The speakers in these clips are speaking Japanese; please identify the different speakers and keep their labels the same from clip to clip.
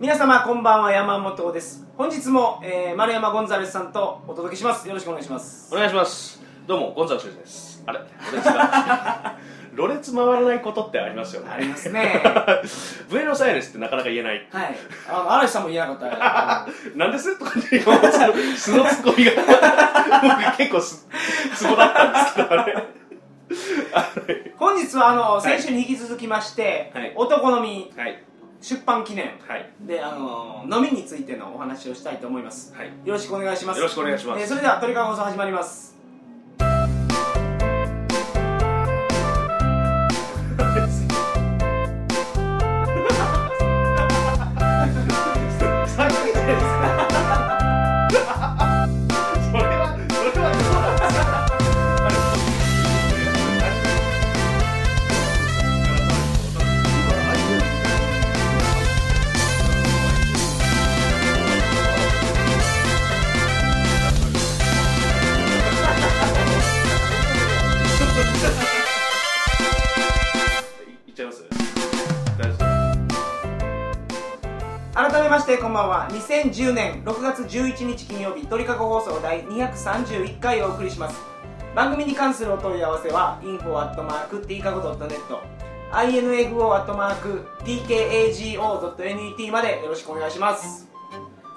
Speaker 1: 皆様こんばんは山本です本日も、えー、丸山ゴンザレスさんとお届けしますよろしくお願いします
Speaker 2: お願いしますどうもゴンザロスですあれロレツがロレツ回らないことってありますよね
Speaker 1: ありますね
Speaker 2: ブエノスアイレスってなかなか言えない
Speaker 1: はいあの嵐さんも言えなかった あの
Speaker 2: なんですとかって言われて素のツッコミが僕結構すツボだったんですけどあれ
Speaker 1: 本日はあの先週に引き続きまして、
Speaker 2: はい
Speaker 1: 男のみ
Speaker 2: はい
Speaker 1: 出版記念
Speaker 2: はい
Speaker 1: であの飲みについてのお話をしたいと思います
Speaker 2: はい
Speaker 1: よろしくお願いします
Speaker 2: よろしくお願いします
Speaker 1: えーそれでは鳥川放送始まります
Speaker 2: さっきじ ゃないですかそれはそれはどうなんですかいっちゃいます大丈夫
Speaker 1: 改めましてこんばんは2010年6月11日金曜日鳥かご放送第231回をお送りします番組に関するお問い合わせは info.tkago.net info.tkago.net までよろしくお願いします
Speaker 2: よ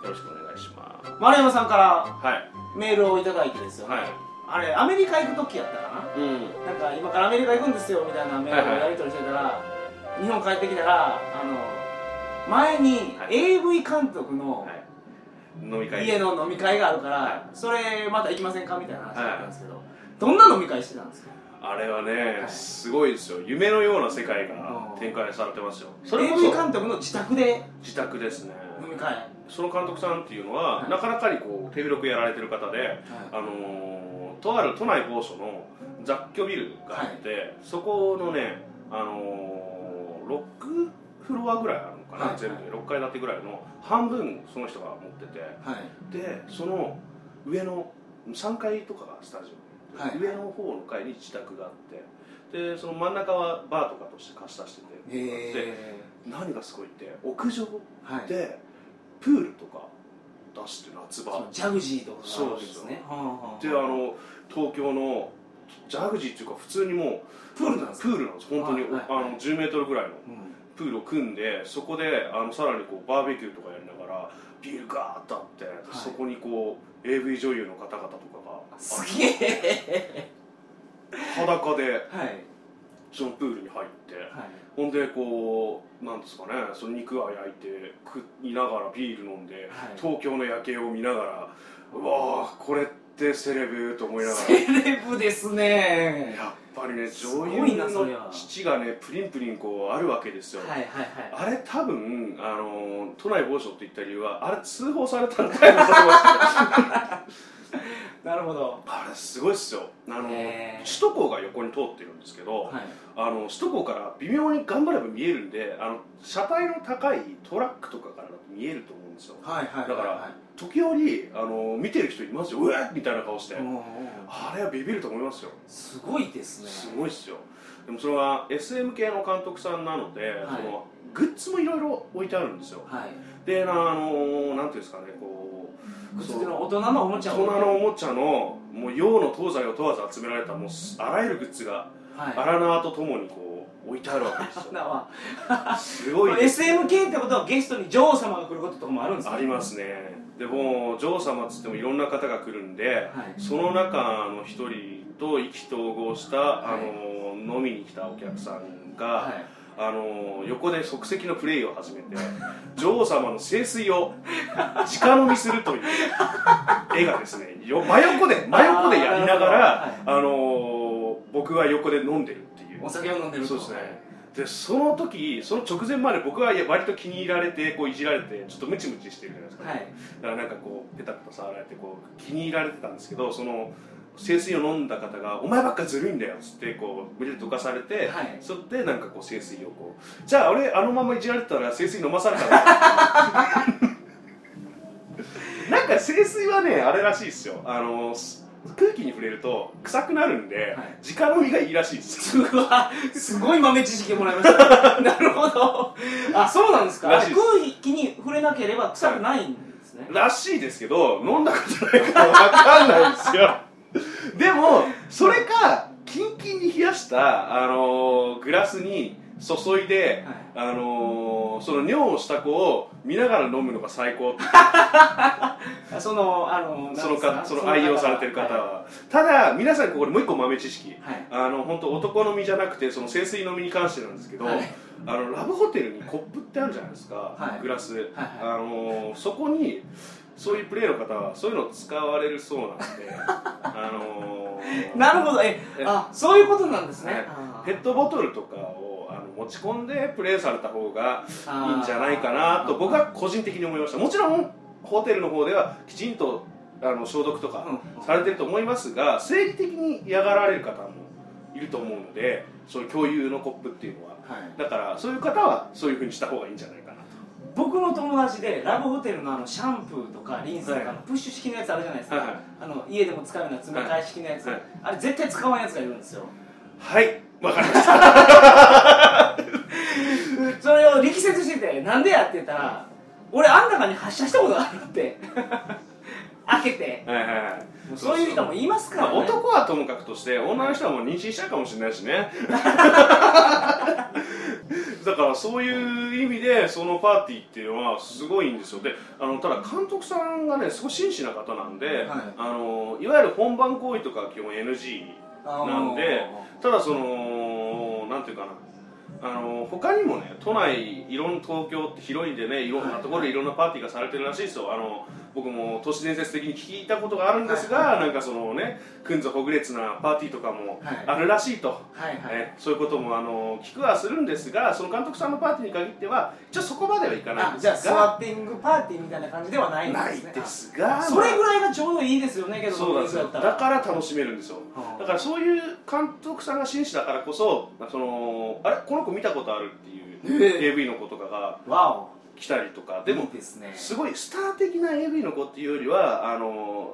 Speaker 2: ろしくお願いします
Speaker 1: 丸山さんから
Speaker 2: はい
Speaker 1: メールをいただいてですよね、
Speaker 2: はい
Speaker 1: あれアメリカ行く時やったかな
Speaker 2: うん
Speaker 1: なんか今からアメリカ行くんですよみたいなメールをやり取りしてたら、日本帰ってきたらあの前に
Speaker 2: はい
Speaker 1: AV 監督の
Speaker 2: はい、飲み会
Speaker 1: 家の飲み会があるから、
Speaker 2: は
Speaker 1: それまた行きませんかみたいな話だったんですけど、どんな飲み会してたんですか
Speaker 2: あれはね、
Speaker 1: はい
Speaker 2: すごいですよ夢のような世界が展開されてますよそれこ
Speaker 1: AV
Speaker 2: そ
Speaker 1: 監督の自宅で
Speaker 2: 自宅ですね
Speaker 1: 飲み会
Speaker 2: その監督さんっていうのは、
Speaker 1: はい
Speaker 2: なかなかにこう手広くやられてる方で、あのーとある都内某所の雑居ビルがあって、そこのね、あのー、6フロアぐらいあるのかな、
Speaker 1: はい
Speaker 2: 全部で6階建てぐらいの半分その人が持ってて、
Speaker 1: はい
Speaker 2: でその上の3階とかがスタジオ、
Speaker 1: はい
Speaker 2: 上の方の階に自宅があってでその真ん中はバーとかとして貸し出してて、で
Speaker 1: へ
Speaker 2: 何がすごいって屋上
Speaker 1: ーはい
Speaker 2: で、プールとか出して夏
Speaker 1: そ
Speaker 2: 場
Speaker 1: のジャグジーとかがあるわけ
Speaker 2: そうですよ
Speaker 1: はあはあ
Speaker 2: であの東京のジャグジーっていうか普通にもう
Speaker 1: プールなんですか
Speaker 2: プールなんです本当に、
Speaker 1: はいはい
Speaker 2: あの10メートルぐらい
Speaker 1: う
Speaker 2: の
Speaker 1: ん
Speaker 2: プールを組んでそこであのさらにこうバーベキューとかやりながらビールガーッとあって、で
Speaker 1: い
Speaker 2: そこにこう AV 女優の方々とか
Speaker 1: す
Speaker 2: が
Speaker 1: げえ
Speaker 2: 裸で
Speaker 1: はい
Speaker 2: そのプールに入って
Speaker 1: はい
Speaker 2: ほんでこうなんですかねその肉は焼いて食いながらビール飲んで、
Speaker 1: はい
Speaker 2: 東京の夜景を見ながらうわーこれってセレブと思いながら。
Speaker 1: セレブですね
Speaker 2: やっぱりね
Speaker 1: すご
Speaker 2: 女
Speaker 1: い
Speaker 2: 優
Speaker 1: なそりゃ
Speaker 2: の父がねプリンプリンこうあるわけですよ、
Speaker 1: はいはいはい
Speaker 2: あれ多分あのー都内某所って言った理由はあれ通報されたんだよなと思いました
Speaker 1: なるほど
Speaker 2: あれすごいっすよあの
Speaker 1: へー
Speaker 2: ー首都高が横に通ってるんですけど、
Speaker 1: はい
Speaker 2: あの首都高から微妙に頑張れば見えるんであの車体の高いトラックとかからだと見えると思うんですよ
Speaker 1: はいはいはいはい
Speaker 2: だから時折あのー見てる人いますようわっみたいな顔して、
Speaker 1: うんうんうん
Speaker 2: あれはビビると思いますよ
Speaker 1: すごいですね
Speaker 2: すごいっすよでもそれは SM 系の監督さんなので、
Speaker 1: はい
Speaker 2: そのグッズもいろいろ置いてあるんですよ
Speaker 1: はい
Speaker 2: でなあのーなんていうんですかねこう
Speaker 1: グッズっていうのは大人のおも
Speaker 2: 大
Speaker 1: ちゃ
Speaker 2: 人
Speaker 1: を
Speaker 2: のおもちゃのもう洋の東西を問わず集められたもうすあらゆるグッズが
Speaker 1: はい
Speaker 2: 荒縄とともにこう置いてあるわけ ですよ
Speaker 1: なは
Speaker 2: すごいです
Speaker 1: SM 系ってことはゲストに女王様が来ることとかもあるんですか
Speaker 2: ありますねでもう女王様っつってもいろんな方が来るんで、
Speaker 1: はい
Speaker 2: その中の一人と意気投合した、
Speaker 1: は
Speaker 2: あのー飲みに来たお客さんが、
Speaker 1: はい
Speaker 2: あのー横で即席のプレイを始めて女王様の聖水を直飲みするという絵がですねよ真横で真横でやりながら
Speaker 1: あーなる
Speaker 2: あ、のー僕は横で飲んでるっていう
Speaker 1: お酒を飲んでると
Speaker 2: そうですねでその時その直前まで僕は割と気に入られてこういじられてちょっとムチムチしてるじゃないですか、
Speaker 1: はい
Speaker 2: だからなんかこうペタペタ触られてこう気に入られてたんですけどその聖水を飲んだ方が「お前ばっかずるいんだよ」っつってこう無理で溶かされて、
Speaker 1: はい
Speaker 2: それでなんかこう聖水をこう「じゃあ俺あのままいじられてたら聖水飲ま されたな」なんか聖水はねあれらしいですよあの空気に触れると臭くなるんで、
Speaker 1: はい
Speaker 2: 直飲みがいいらしいです
Speaker 1: すごいすごい豆知識もらいましたなるほどあそうなんですか
Speaker 2: らしいです
Speaker 1: 空気に触れなければ臭くないんですね、
Speaker 2: らしいですけど飲んだことないからわかんないですよでもそれかキンキンに冷やした、あのーグラスに注いで、
Speaker 1: はい
Speaker 2: あのーその尿をした子を見ながら飲むのが最高って
Speaker 1: あそのあのなんです
Speaker 2: そのかその愛用されてる方は、
Speaker 1: は
Speaker 2: ただ皆さんここでもう一個豆知識、
Speaker 1: はい
Speaker 2: あの本当男の身じゃなくてその清水の身に関してなんですけど、
Speaker 1: はい
Speaker 2: あのラブホテルにコップってあるじゃないですか、
Speaker 1: はい
Speaker 2: グラス、
Speaker 1: はい
Speaker 2: あのーそこにそういうプレーの方はそういうのを使われるそうなんで あのー
Speaker 1: なるほどえ
Speaker 2: え
Speaker 1: あそういうことなんですね、
Speaker 2: はい
Speaker 1: あー
Speaker 2: ペットボトルとかをあの持ち込んでプレーされた方がいいんじゃないかなと僕は個人的に思いましたもちろんホテルの方ではきちんとあの消毒とか
Speaker 1: うん
Speaker 2: されてると思いますが生理的に嫌がられる方もいると思うのでそういう共有のコップっていうのは
Speaker 1: はい
Speaker 2: だからそういう方はそういうふうにした方がいいんじゃないかな
Speaker 1: 僕の友達でラブホテルのあのシャンプーとかリンスとかの
Speaker 2: はい
Speaker 1: プッシュ式のやつあるじゃないですか、
Speaker 2: はいはい
Speaker 1: あの家でも使うような冷たい式のやつ、
Speaker 2: はい
Speaker 1: あれ絶対使わんやつがいるんですよ
Speaker 2: はいわかりました
Speaker 1: それを力説しててなんでやって言ったら俺あん中に発射したことがあるって 開けて
Speaker 2: はいはいはい
Speaker 1: もうそういう人もいますか
Speaker 2: ま
Speaker 1: ら
Speaker 2: あ
Speaker 1: ね
Speaker 2: 男はともかくとして女の人はもう妊娠しちゃうかもしれないしね だからそういう意味でそのパーティーっていうのはすごいんですよであのただ監督さんがねすごい真摯な方なんで、
Speaker 1: い
Speaker 2: い、あのいわゆる本番行為とかは基本 NG なんでただそのなんていうかなあの他にもね都内いろんな東京って広いんでねいろんなところでいろんなパーティーがされてるらしいですよあの僕も都市伝説的に聞いたことがあるんですが、なんかそのねくんぞほぐれつなパーティーとかも
Speaker 1: はい
Speaker 2: あるらしいと、
Speaker 1: はいはい、
Speaker 2: ね、そういうこともあの聞くはするんですがその監督さんのパーティーに限っては一応そこまではいかないん
Speaker 1: あ
Speaker 2: で
Speaker 1: じゃあ
Speaker 2: す
Speaker 1: ス
Speaker 2: が
Speaker 1: ワッティングパーティーみたいな感じではないん
Speaker 2: な
Speaker 1: で
Speaker 2: い
Speaker 1: すね
Speaker 2: ですが
Speaker 1: あそれぐらいがちょうどいいですよねけど
Speaker 2: そうなんですよ
Speaker 1: 人数
Speaker 2: だ
Speaker 1: った
Speaker 2: から楽しめるんですよ
Speaker 1: はあ
Speaker 2: だからそういう監督さんが紳士だからこそそのあれこの子見たことあるっていう
Speaker 1: え
Speaker 2: AV の子とかが
Speaker 1: わお
Speaker 2: 来たりとかで
Speaker 1: い
Speaker 2: も
Speaker 1: いですね
Speaker 2: すごいスター的な AV の子っていうよりはあの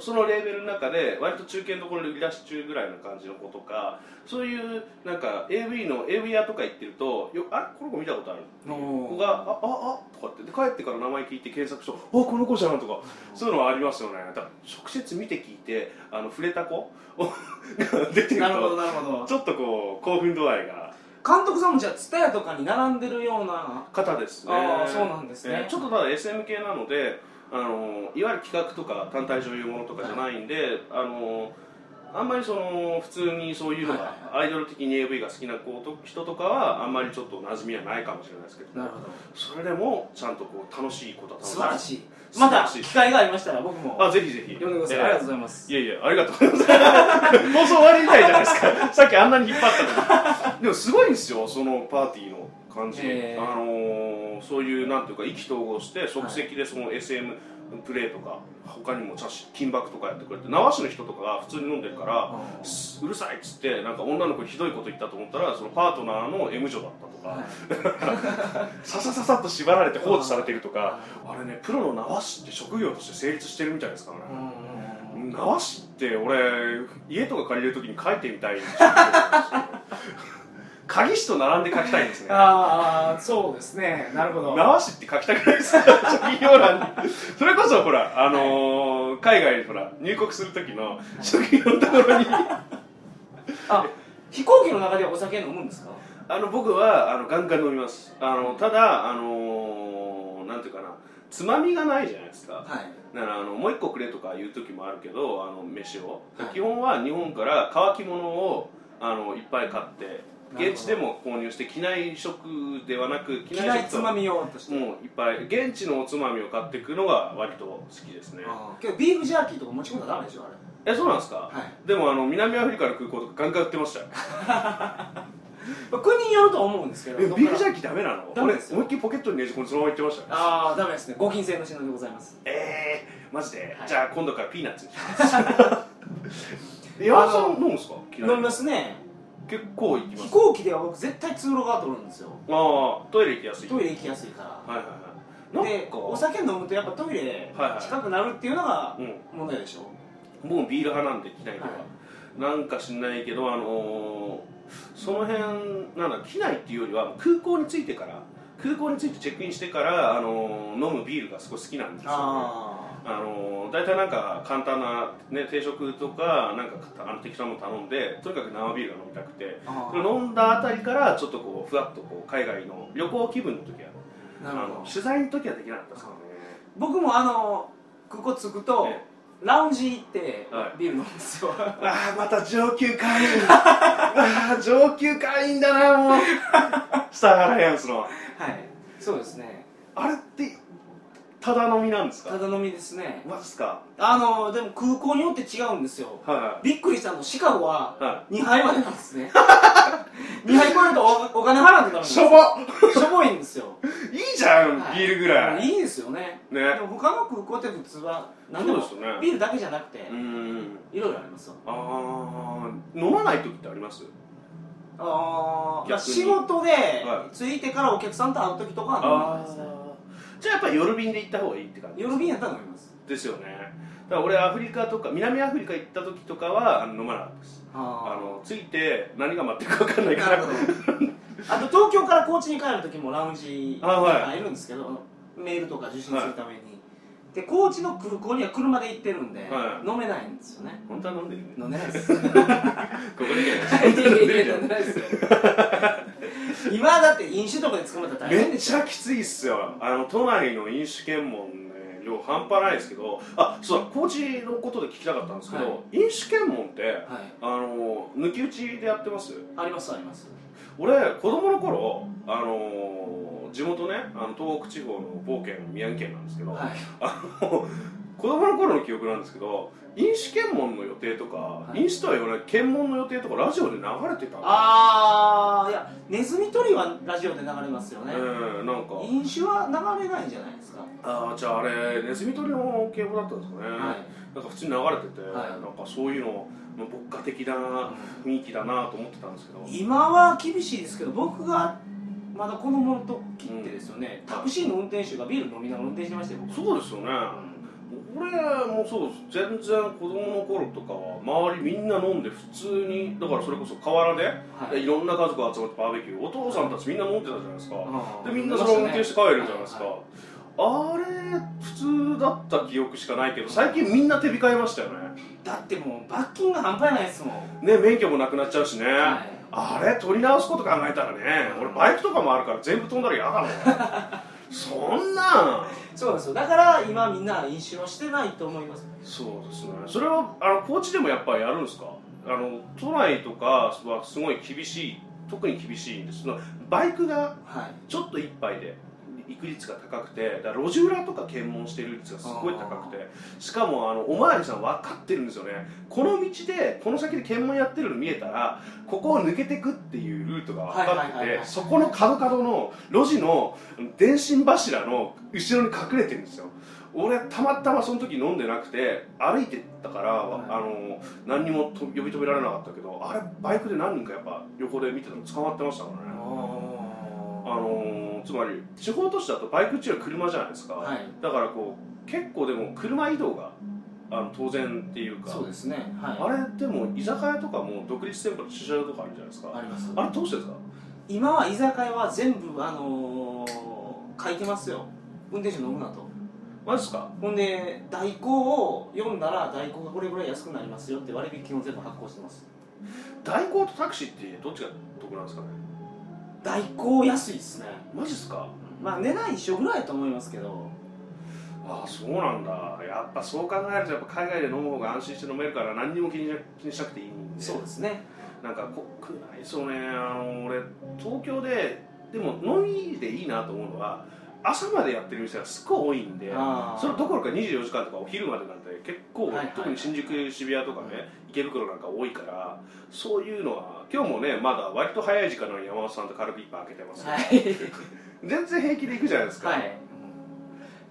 Speaker 2: そのレーベルの中で割と中堅どころで売り出し中ぐらいの感じの子とかそういうなんか AV の AV 屋とか行ってるとよあれこの子見たことある
Speaker 1: おー
Speaker 2: 子が「あああとかってで帰ってから名前聞いて検索して「あこの子じゃん」とかそういうのはありますよねだから直接見て聞いてあの触れた子を 出てる
Speaker 1: なるほど
Speaker 2: と
Speaker 1: なるほど
Speaker 2: ちょっとこう興奮度合いが
Speaker 1: 監督さんもじゃあ蔦屋とかに並んでるような
Speaker 2: 方ですね
Speaker 1: あーそうなんですね
Speaker 2: ちょっとただ SM 系なのであのいわゆる企画とか単体女優ものとかじゃないんで、あのあんまりその普通にそういうの
Speaker 1: は
Speaker 2: が
Speaker 1: い
Speaker 2: アイドル的に AV が好きな子と人とかはあんまりちょっと馴染みはないかもしれないですけど
Speaker 1: なるほど
Speaker 2: それでもちゃんとこう楽しいことは楽しい
Speaker 1: 素晴らしい
Speaker 2: 素
Speaker 1: ま
Speaker 2: 晴
Speaker 1: た
Speaker 2: らしい
Speaker 1: 機会がありましたら僕も
Speaker 2: あぜひぜひ
Speaker 1: 呼んでください、
Speaker 2: ええ
Speaker 1: ありがとうございます
Speaker 2: いやいやありがとうござい ます放送終わりみたいじゃないですかさっきあんなに引っ張ったのにでもすごいんですよそのパーティーの感じ、
Speaker 1: へー
Speaker 2: あのーそういうなんていうか意気投合して即席でその SM プレーとか他にも茶師金箔とかやってくれて縄師の人とかが普通に飲んでるから
Speaker 1: あー
Speaker 2: うるさいっつってなんか女の子にひどいこと言ったと思ったらそのパートナーの M 女だったとか、
Speaker 1: はい
Speaker 2: ささささっと縛られて放置されてるとか
Speaker 1: あ
Speaker 2: あれねプロの縄師って職業として成立してるみたいですからね、
Speaker 1: うん うんうん
Speaker 2: 縄師って俺家とか借りるときに書いてみたい 鍵師と並んで書きたいですね
Speaker 1: ああそうですねなるほど
Speaker 2: 縄師って書きたくないですか職業欄にそれこそほらあのー海外にほら入国する時の職業のとこ ろに
Speaker 1: あ飛行機の中でお酒飲むんですか
Speaker 2: あの僕はあのガンガン飲みますあのただあのーなんていうかなつまみがないじゃないですか、
Speaker 1: はい
Speaker 2: だからあのもう一個くれとか言う時もあるけどあの飯を、
Speaker 1: はい
Speaker 2: 基本は日本から乾き物をあのいっぱい買って
Speaker 1: ほど
Speaker 2: 現地でも購入して機内食ではなく
Speaker 1: 機内
Speaker 2: 食
Speaker 1: つまみ用として
Speaker 2: もういっぱい現地のおつまみを買っていくのが割と好きですね
Speaker 1: あーけどビーフジャーキーとか持ち込んだらダメでしょあれ
Speaker 2: えそうなんですか、
Speaker 1: はい
Speaker 2: でもあの南アフリカの空港とかガンガン売ってましたよ
Speaker 1: まあ国によると思うんですけど
Speaker 2: えビ
Speaker 1: どっ
Speaker 2: ー
Speaker 1: か
Speaker 2: フ
Speaker 1: ら
Speaker 2: ジャーキーダメなの
Speaker 1: ダメですよ
Speaker 2: 俺思いっきりポケットにねじ込んでそのまま行ってましたよ
Speaker 1: ああダメですね合金性の品でございます
Speaker 2: えー、マジで、
Speaker 1: はい
Speaker 2: じゃあ今度からピーナッツにします 山田さん飲むんですか機
Speaker 1: 飲
Speaker 2: 内
Speaker 1: みますね
Speaker 2: 結構行きます
Speaker 1: 飛行機では僕絶対通路側取るんですよ
Speaker 2: ああトイレ行きやすい
Speaker 1: トイレ行きやすいから
Speaker 2: はいはいはいなん
Speaker 1: で
Speaker 2: か
Speaker 1: お酒飲むとやっぱトイレ
Speaker 2: はいはい
Speaker 1: 近くなるっていうのが
Speaker 2: うん
Speaker 1: 問題でしょ
Speaker 2: 僕もビール派なんで機内では、
Speaker 1: は
Speaker 2: なんか知んないけどあのーその辺なんだ機内っていうよりは空港に着いてから空港に着いてチェックインしてから、あのー飲むビールがすごい好きなんですよ、ね、
Speaker 1: あ
Speaker 2: あの大体なんか簡単な、ね、定食とかなんかあの適当なもの頼んでとにかく生ビールが飲みたくて
Speaker 1: ああ
Speaker 2: それ飲んだあたりからちょっとこうふわっとこう海外の旅行気分の時は
Speaker 1: あなる
Speaker 2: あ
Speaker 1: ほ
Speaker 2: の
Speaker 1: ど
Speaker 2: 取材の時はできなかったですか
Speaker 1: 僕もあのここ着く
Speaker 2: ら
Speaker 1: と、
Speaker 2: ねね
Speaker 1: ラウンジ行って
Speaker 2: はい
Speaker 1: ビール飲むんです よ、
Speaker 2: ああまた上級会員ああ上級会員だなもうスターアライアンスの
Speaker 1: はいそうですね
Speaker 2: あれってただ飲みなんです
Speaker 1: た
Speaker 2: か
Speaker 1: だ飲みですね
Speaker 2: マジっすか
Speaker 1: あのでも空港によって違うんですよ
Speaker 2: は
Speaker 1: びっくりしたのシカゴはい
Speaker 2: は
Speaker 1: 2杯までなんです ね2杯超えるとおお金払ってたの
Speaker 2: いしょぼ
Speaker 1: しょぼいんですよ
Speaker 2: いいじゃん、
Speaker 1: はい
Speaker 2: ビールぐらい
Speaker 1: いいですよね
Speaker 2: ね
Speaker 1: でも他の空港って普通は何でも
Speaker 2: そうですよね
Speaker 1: ビールだけじゃなくて
Speaker 2: うーん
Speaker 1: いろいろありますよ
Speaker 2: ああ飲まない時ってあります
Speaker 1: あーまあ
Speaker 2: 逆に
Speaker 1: 仕事で
Speaker 2: は
Speaker 1: 着いてからお客さんと会う時とかは飲んでないですね
Speaker 2: ーじゃあやっぱり夜便で行った方がいいって感じ
Speaker 1: 夜便やったら飲みます
Speaker 2: ですよねだから俺アフリカとか南アフリカ行った時とかはあの飲まなかったですあ
Speaker 1: あ
Speaker 2: の着いて何が待ってるか分かんない
Speaker 1: ー
Speaker 2: か
Speaker 1: なる
Speaker 2: ら
Speaker 1: ほどあと東京から高知に帰る時もラウンジに
Speaker 2: あはい
Speaker 1: 入るんですけどメールとか受信するためにで高知の空港には車で行ってるんで
Speaker 2: は
Speaker 1: 飲めないんですよね
Speaker 2: 本当は飲んでるよね
Speaker 1: 飲んでないです
Speaker 2: ここで
Speaker 1: いやいやいや飲
Speaker 2: 飲
Speaker 1: んで
Speaker 2: んで
Speaker 1: ない ですよ今だって飲酒とかで捕まえたら大変
Speaker 2: めっ
Speaker 1: でし
Speaker 2: ち
Speaker 1: ょ
Speaker 2: ゃきついっすよあの都内の飲酒検問ね量半端ないですけどあそうだ高知のことで聞きたかったんですけど、
Speaker 1: は
Speaker 2: 飲酒検問って、
Speaker 1: はい
Speaker 2: あの抜き打ちでやってます
Speaker 1: ありますあります
Speaker 2: 俺子供の頃あのー地元ねあの東北地方の某県宮城県なんですけど、
Speaker 1: はい
Speaker 2: あの 子供の頃の記憶なんですけど飲酒検問の予定とか、
Speaker 1: い
Speaker 2: 飲酒とは言わない検問の予定とかラジオで流れてたあ、
Speaker 1: ああいやネズミ捕りはラジオで流れますよね、
Speaker 2: うんなんか
Speaker 1: 飲酒は流れないんじゃないですか、
Speaker 2: あーじゃああれネズミ捕りの警報だったんですかね、
Speaker 1: はい
Speaker 2: なんか普通に流れてて、
Speaker 1: はい
Speaker 2: なんかそういうのまあ牧歌的な雰囲気だなと思ってたんですけど
Speaker 1: 今は厳しいですけど僕がまだ子供の時ってですよね、
Speaker 2: うん
Speaker 1: タクシーの運転手がビール飲みながら運転してましたよ僕
Speaker 2: そうですよね、
Speaker 1: うん
Speaker 2: 俺もそうです全然子供の頃とかは周りみんな飲んで普通にだからそれこそ河原で、、
Speaker 1: はい
Speaker 2: ろんな家族集まってバーベキューお父さんたちみんな飲んでたじゃないですか、
Speaker 1: あー
Speaker 2: でみんなそれを運転して帰るじゃないですか、
Speaker 1: は
Speaker 2: あれ普通だった記憶しかないけど最近みんな手控えましたよね
Speaker 1: だってもう罰金が半端ないですもん、
Speaker 2: ね免許もなくなっちゃうしね、
Speaker 1: はい
Speaker 2: あれ取り直すこと考えたらね俺バイクとかもあるから全部飛んだら嫌だもんそんなん
Speaker 1: そうなんですよだから今みんな飲酒はしてないと思います
Speaker 2: そうですねそれはあの高知でもやっぱりやるんですかあの都内とかはすごい厳しい特に厳しいんですそのバイクが
Speaker 1: はい
Speaker 2: ちょっと一杯で行く率が高くてだから路地裏とか検問してる率がすごい高くてしかもあのおまわりさん分かってるんですよねこの道でこの先で検問やってるの見えたらここを抜けてくっていうルートが分かってて、
Speaker 1: はいはいはいはい
Speaker 2: そこの角角の路地の電信柱の後ろに隠れてるんですよ俺たまたまその時飲んでなくて歩いてったから、
Speaker 1: はい
Speaker 2: あの何にもと呼び止められなかったけどあれバイクで何人かやっぱ横で見てたの捕まってましたからねあのーつまり地方都市だとバイク中は車じゃないですか、
Speaker 1: はい
Speaker 2: だからこう結構でも車移動があの当然っていうか
Speaker 1: そうですねはい
Speaker 2: あれでも居酒屋とかも独立店舗の駐車場とかあるじゃないですか、
Speaker 1: あります
Speaker 2: あれどうしてるんですか
Speaker 1: 今は居酒屋は全部あのー、書いてますよ運転手飲むなと
Speaker 2: マジですか
Speaker 1: ほんで代行を読んだら代行がこれぐらい安くなりますよって割引金を全部発行してます
Speaker 2: 代行とタクシーってどっちが得なんですかね
Speaker 1: 代行安いっすね
Speaker 2: マジですか
Speaker 1: まあ値段一緒ぐらいだと思いますけど
Speaker 2: ああそうなんだやっぱそう考えるとやっぱ海外で飲む方が安心して飲めるから何にも気にしな気にしなくていいんで
Speaker 1: そうですね
Speaker 2: なんかこ暗いそうねあの俺東京ででも飲みでいいなと思うのは朝までやってる店がすっごい多いんで
Speaker 1: あー
Speaker 2: それどころか24時間とかお昼までなんて結構、
Speaker 1: はいはいはい
Speaker 2: 特に新宿渋谷とかね池袋なんか多いからそういうのは今日もねまだ割と早い時間なのに山本さんとカルビッパー開けてますよ、
Speaker 1: はい
Speaker 2: 全然平気で行くじゃないですか、
Speaker 1: はい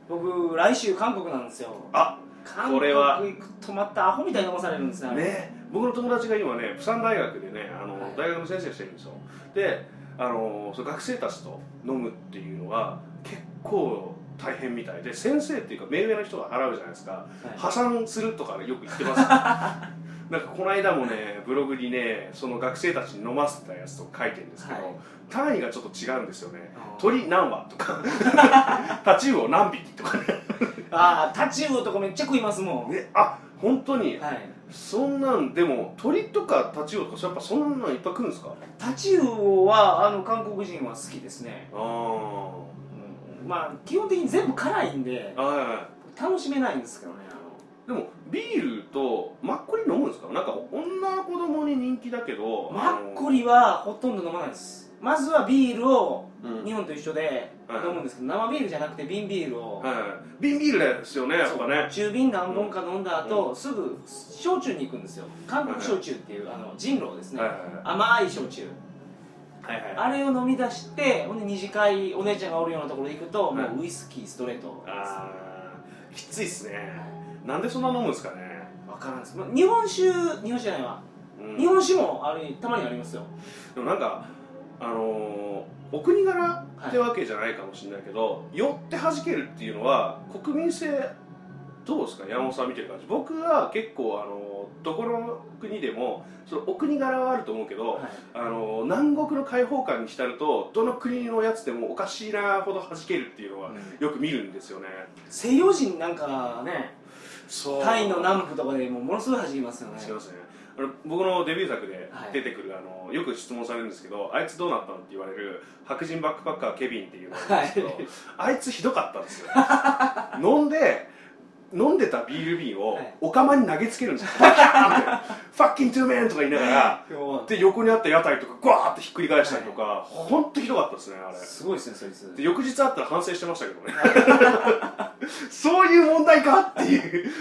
Speaker 1: 僕来週韓国なんですよ
Speaker 2: あ
Speaker 1: 韓
Speaker 2: こ
Speaker 1: 国
Speaker 2: れは
Speaker 1: 行くとまたアホみたいに騙されるんですよ
Speaker 2: ね僕の友達が今ね釜山大学でねあ
Speaker 1: は
Speaker 2: の、
Speaker 1: い
Speaker 2: 大学の先生してるんですよであのその学生たちと飲むっていうのは結構大変みたいで先生っていうか目上の人が払うじゃないですか
Speaker 1: は
Speaker 2: 破産するとかねよく言ってます なんかこの間もねブログにねその学生たちに飲ませたやつとか書いてるんですけど、
Speaker 1: はい
Speaker 2: 単位がちょっと違うんですよね
Speaker 1: あー
Speaker 2: 鳥何羽 とかタチウオ何匹とかね
Speaker 1: い、ああタチウオとかめっちゃ食いますもん、
Speaker 2: ねあ本当に、
Speaker 1: はい、
Speaker 2: そんなんでも鳥とかタチウオとかやっぱそんなんいっぱい来るんですか
Speaker 1: タチウオはあの韓国人は好きですね、
Speaker 2: あー
Speaker 1: うんまあ基本的に全部辛いんで
Speaker 2: あはいはい
Speaker 1: 楽しめないんですけどねあの
Speaker 2: でもビールとマッコリ飲むんですかなんか女の子供に人気だけど
Speaker 1: マッコ
Speaker 2: リ、
Speaker 1: リはほとんど飲まないですまずはビールを
Speaker 2: うん
Speaker 1: 日本と一緒で飲むんですけど生ビールじゃなくて瓶ビールを、
Speaker 2: はい、瓶ビールですよねやっぱね
Speaker 1: 中瓶何本か飲んだ後、すぐ焼酎に行くんですよ韓国焼酎っていう、あの人狼ですね、
Speaker 2: はいはいはい
Speaker 1: 甘い焼酎
Speaker 2: はいはい
Speaker 1: あれを飲み出してほんで二次会お姉ちゃんがおるようなところ行くと、
Speaker 2: はい
Speaker 1: もうウイスキーストレート
Speaker 2: あーきついっすねなんでそんな飲むんですかね、
Speaker 1: 分からんです、まあ、日本酒日本酒じゃないわ、
Speaker 2: うん
Speaker 1: 日本酒もあれたまにありますよ
Speaker 2: でもなんかあのーお国柄ってわけじゃないかもしれないけど、寄って弾けるっていうのは国民性どうですか山本さん見てる感じ僕は結構あのーどこの国でもそのお国柄はあると思うけど、
Speaker 1: はい
Speaker 2: あのー南国の解放感に浸るとどの国のやつでもおかしいなほど弾けるっていうのはよく見るんですよね、
Speaker 1: 西洋人なんかね
Speaker 2: そう
Speaker 1: タイの南部とかでもうものすごい弾きますよね
Speaker 2: 違いますねあの僕のデビュー作で
Speaker 1: はい
Speaker 2: 出てくる、あのよく質問されるんですけど「あいつどうなったの?」って言われる白人バックパッカーケビンっていうのがいるんですけど、
Speaker 1: はい
Speaker 2: あいつひどかったんですよ 飲んで飲んでたビール瓶を
Speaker 1: はい
Speaker 2: お釜に投げつけるんですよ 「バキャーンって「ファッキントゥーメン!」とか言いながら
Speaker 1: 今日は
Speaker 2: で横にあった屋台とかガーってひっくり返したりとか、ほんとひどかったですねあれ
Speaker 1: すごいですねそいつ
Speaker 2: で翌日あったら反省してましたけどね そういう問題かっていう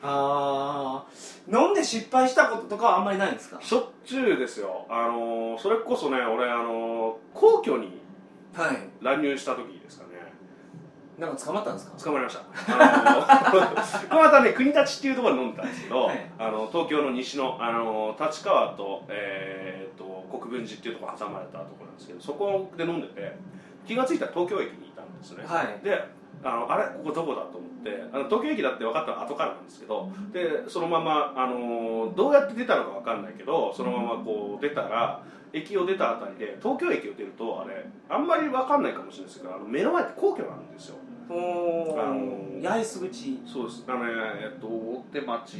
Speaker 1: あー飲んで失敗したこととかはあんまりないんですか
Speaker 2: しょっちゅうですよ、あのーそれこそね、俺、あのー皇居に
Speaker 1: はい
Speaker 2: 乱入した時ですかね、
Speaker 1: なんか捕まったんですか
Speaker 2: 捕まりました、あのー これまたね、国立っていうところで飲んでたんですけど、
Speaker 1: はい
Speaker 2: あの東京の西の、あのー立川と,、えーっと国分寺っていうところ挟まれたところなんですけど、そこで飲んでて、気がついたら東京駅にいたんですね。
Speaker 1: はい
Speaker 2: であのあれここどこだと思ってあの東京駅だって分かったのは後からなんですけどでそのまま、あのーどうやって出たのか分かんないけどそのままこう出たら駅を出たあたりで東京駅を出るとあれあんまり分かんないかもしれないですけどあの目の前って皇居なんですよ
Speaker 1: お
Speaker 2: あ
Speaker 1: お
Speaker 2: の
Speaker 1: 八重洲口
Speaker 2: そうですあのねえっと大手町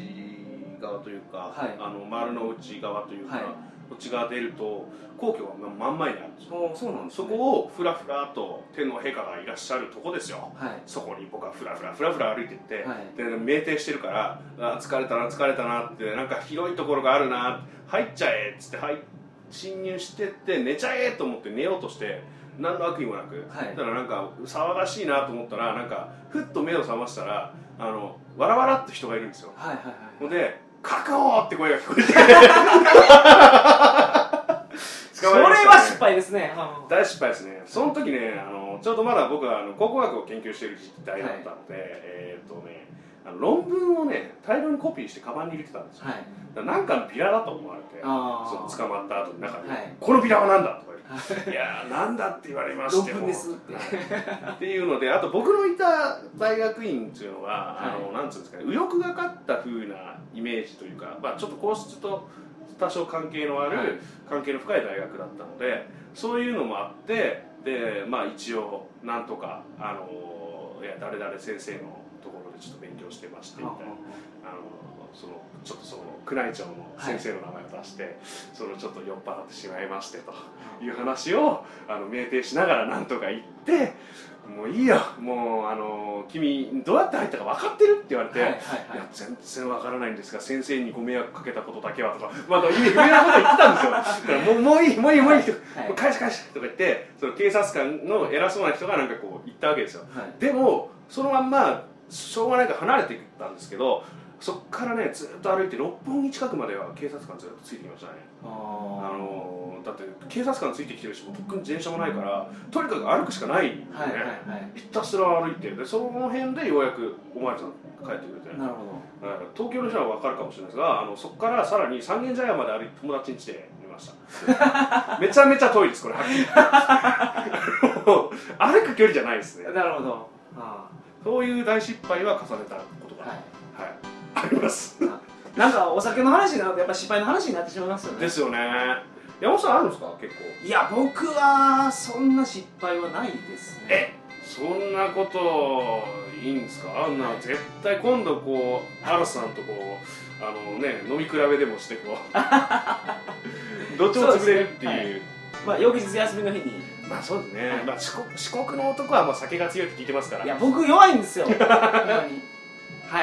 Speaker 2: 側というか、
Speaker 1: はい
Speaker 2: あの丸の内側というか、
Speaker 1: はい
Speaker 2: こっち側出ると皇居が真ん前にあるんですよ
Speaker 1: おーそうなんです
Speaker 2: そ
Speaker 1: ね
Speaker 2: こをふらふらと天皇陛下がいらっしゃるとこですよ
Speaker 1: はい
Speaker 2: そこに僕はふらふらふらふら歩いてって、
Speaker 1: はい
Speaker 2: で酩酊してるからあ疲れたな疲れたなってなんか広いところがあるな入っちゃえっつって入っ侵入してって寝ちゃえと思って寝ようとして何の悪意もなく、
Speaker 1: はい
Speaker 2: だからなんか騒がしいなと思ったらなんかふっと目を覚ましたらあのわらわらっと人がいるんですよ
Speaker 1: はいはい
Speaker 2: ほん
Speaker 1: はい
Speaker 2: で「確保!」って声が聞こえて
Speaker 1: それは失敗ですねあー
Speaker 2: 大失敗ですね、その時ね、あのちょうどまだ僕はあの考古学を研究している時代だったので、えーっとね、あの論文をね、大量にコピーして、カバンに入れてたんですよ。
Speaker 1: はい
Speaker 2: だからなんかのビラだと思われて、そ
Speaker 1: あ
Speaker 2: の
Speaker 1: ー
Speaker 2: 捕まった後に中に、
Speaker 1: はい
Speaker 2: このビラは何だとか 言って、いやー、なんだって言われまして
Speaker 1: 論文
Speaker 2: も、
Speaker 1: ですって
Speaker 2: はいっていうので、あと僕のいた大学院っていうのは、あのなんつうんですかね、右翼がかった風なイメージというか、まあ、ちょっと皇室と多少関係のある、
Speaker 1: はい
Speaker 2: 関係の深い大学だったのでそういうのもあってでまあ一応なんとかあのいや誰々先生のところでちょっと勉強してましてみたいなあのそのちょっとその宮内庁の先生の名前を出して、そのちょっと酔っ払ってしまいましてという話をあの酩酊しながらなんとか言ってもういいよもうあの君どうやって入ったか分かってるって言われて。
Speaker 1: はいはい
Speaker 2: い
Speaker 1: はい
Speaker 2: や全然わからないんですが先生にご迷惑かけたことだけはとか、まあ、意味不明なこと言ってたんですよだからもうもういいもういいもういいと
Speaker 1: はい
Speaker 2: もう返し返しとか言ってその警察官の偉そうな人がなんかこう言ったわけですよ
Speaker 1: はい
Speaker 2: でもそのまんましょうがないから離れていったんですけどそっからねずっと歩いて六本木近くまでは警察官ずっとついてきましたねあ
Speaker 1: あ
Speaker 2: のーだって警察官ついてきてるし僕に自転車もないからとにかく歩くしかないんでね、
Speaker 1: ーはいはいはい
Speaker 2: ひたすら歩いてでその辺でようやくお巡りさん帰ってくれて
Speaker 1: なるほ
Speaker 2: うん東京の人は分かるかもしれないですがあのそこからさらに三軒茶屋まで歩いて友達に来てままし ためちゃめちゃ遠いですこれはっきり言ってあの歩く距離 じゃないですね
Speaker 1: なるほどあ
Speaker 2: そういう大失敗は重ねたこと
Speaker 1: あ
Speaker 2: が、
Speaker 1: は
Speaker 2: はい
Speaker 1: い
Speaker 2: あります
Speaker 1: なんかお酒の話になるとやっぱ失敗の話になってしまいますよね
Speaker 2: ですよね山本さんあるんですか結構
Speaker 1: いや僕はそんな失敗はないですね
Speaker 2: えそんなこといいんですかあんな
Speaker 1: はい
Speaker 2: 絶対今度こう原さんとこうあのね飲み比べでもしてこ うどっちも潰れるっていう
Speaker 1: そうでまあ翌日休みの日に
Speaker 2: まあそうですね、
Speaker 1: はい
Speaker 2: まあ、四国四国の男はもう酒が強いって聞いてますから
Speaker 1: いや僕弱いん ですよほんまには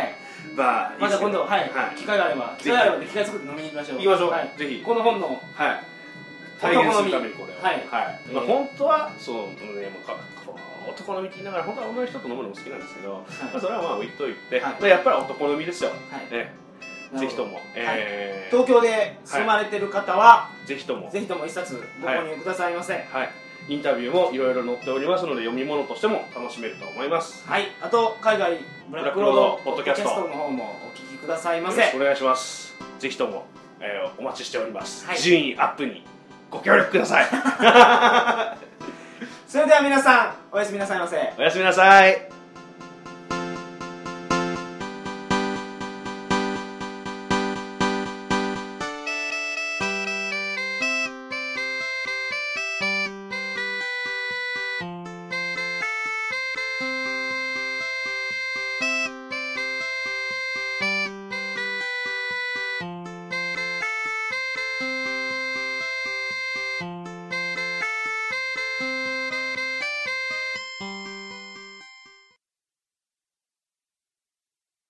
Speaker 1: い
Speaker 2: まあ
Speaker 1: また今度はい、
Speaker 2: はい
Speaker 1: 機会があれば
Speaker 2: ぜひ
Speaker 1: 機会があれば機会作って飲みに行きましょう
Speaker 2: 行きましょう、
Speaker 1: はい、
Speaker 2: ぜひ
Speaker 1: この本の
Speaker 2: はい
Speaker 1: 男
Speaker 2: 体
Speaker 1: の
Speaker 2: 現
Speaker 1: 身
Speaker 2: するためにこれを
Speaker 1: はいえー
Speaker 2: まあ、本当はそう、ね、もうかこう男の身って言いながら本当は女の人と飲むのも好きなんですけど、まあ、それはまあ置いといて、
Speaker 1: はい
Speaker 2: まあ、やっぱり男の身ですよ、
Speaker 1: はい
Speaker 2: ね、ぜひとも、えー
Speaker 1: 東京で住まれてる方は、
Speaker 2: ぜひとも
Speaker 1: ぜひとも一冊ご購入くださいませはい、
Speaker 2: はい、インタビューもいろいろ載っておりますので読み物としても楽しめると思います
Speaker 1: あと海外ブラックロード
Speaker 2: ブラックロードポッドキャスト
Speaker 1: ポの方もお聞きください
Speaker 2: よ
Speaker 1: ま
Speaker 2: ろ
Speaker 1: せ
Speaker 2: しくお願いしますぜひとも、えーお待ちしております、
Speaker 1: はい
Speaker 2: 順位アップにご協力ください
Speaker 1: それでは皆さんおやすみなさいませ
Speaker 2: おやすみなさい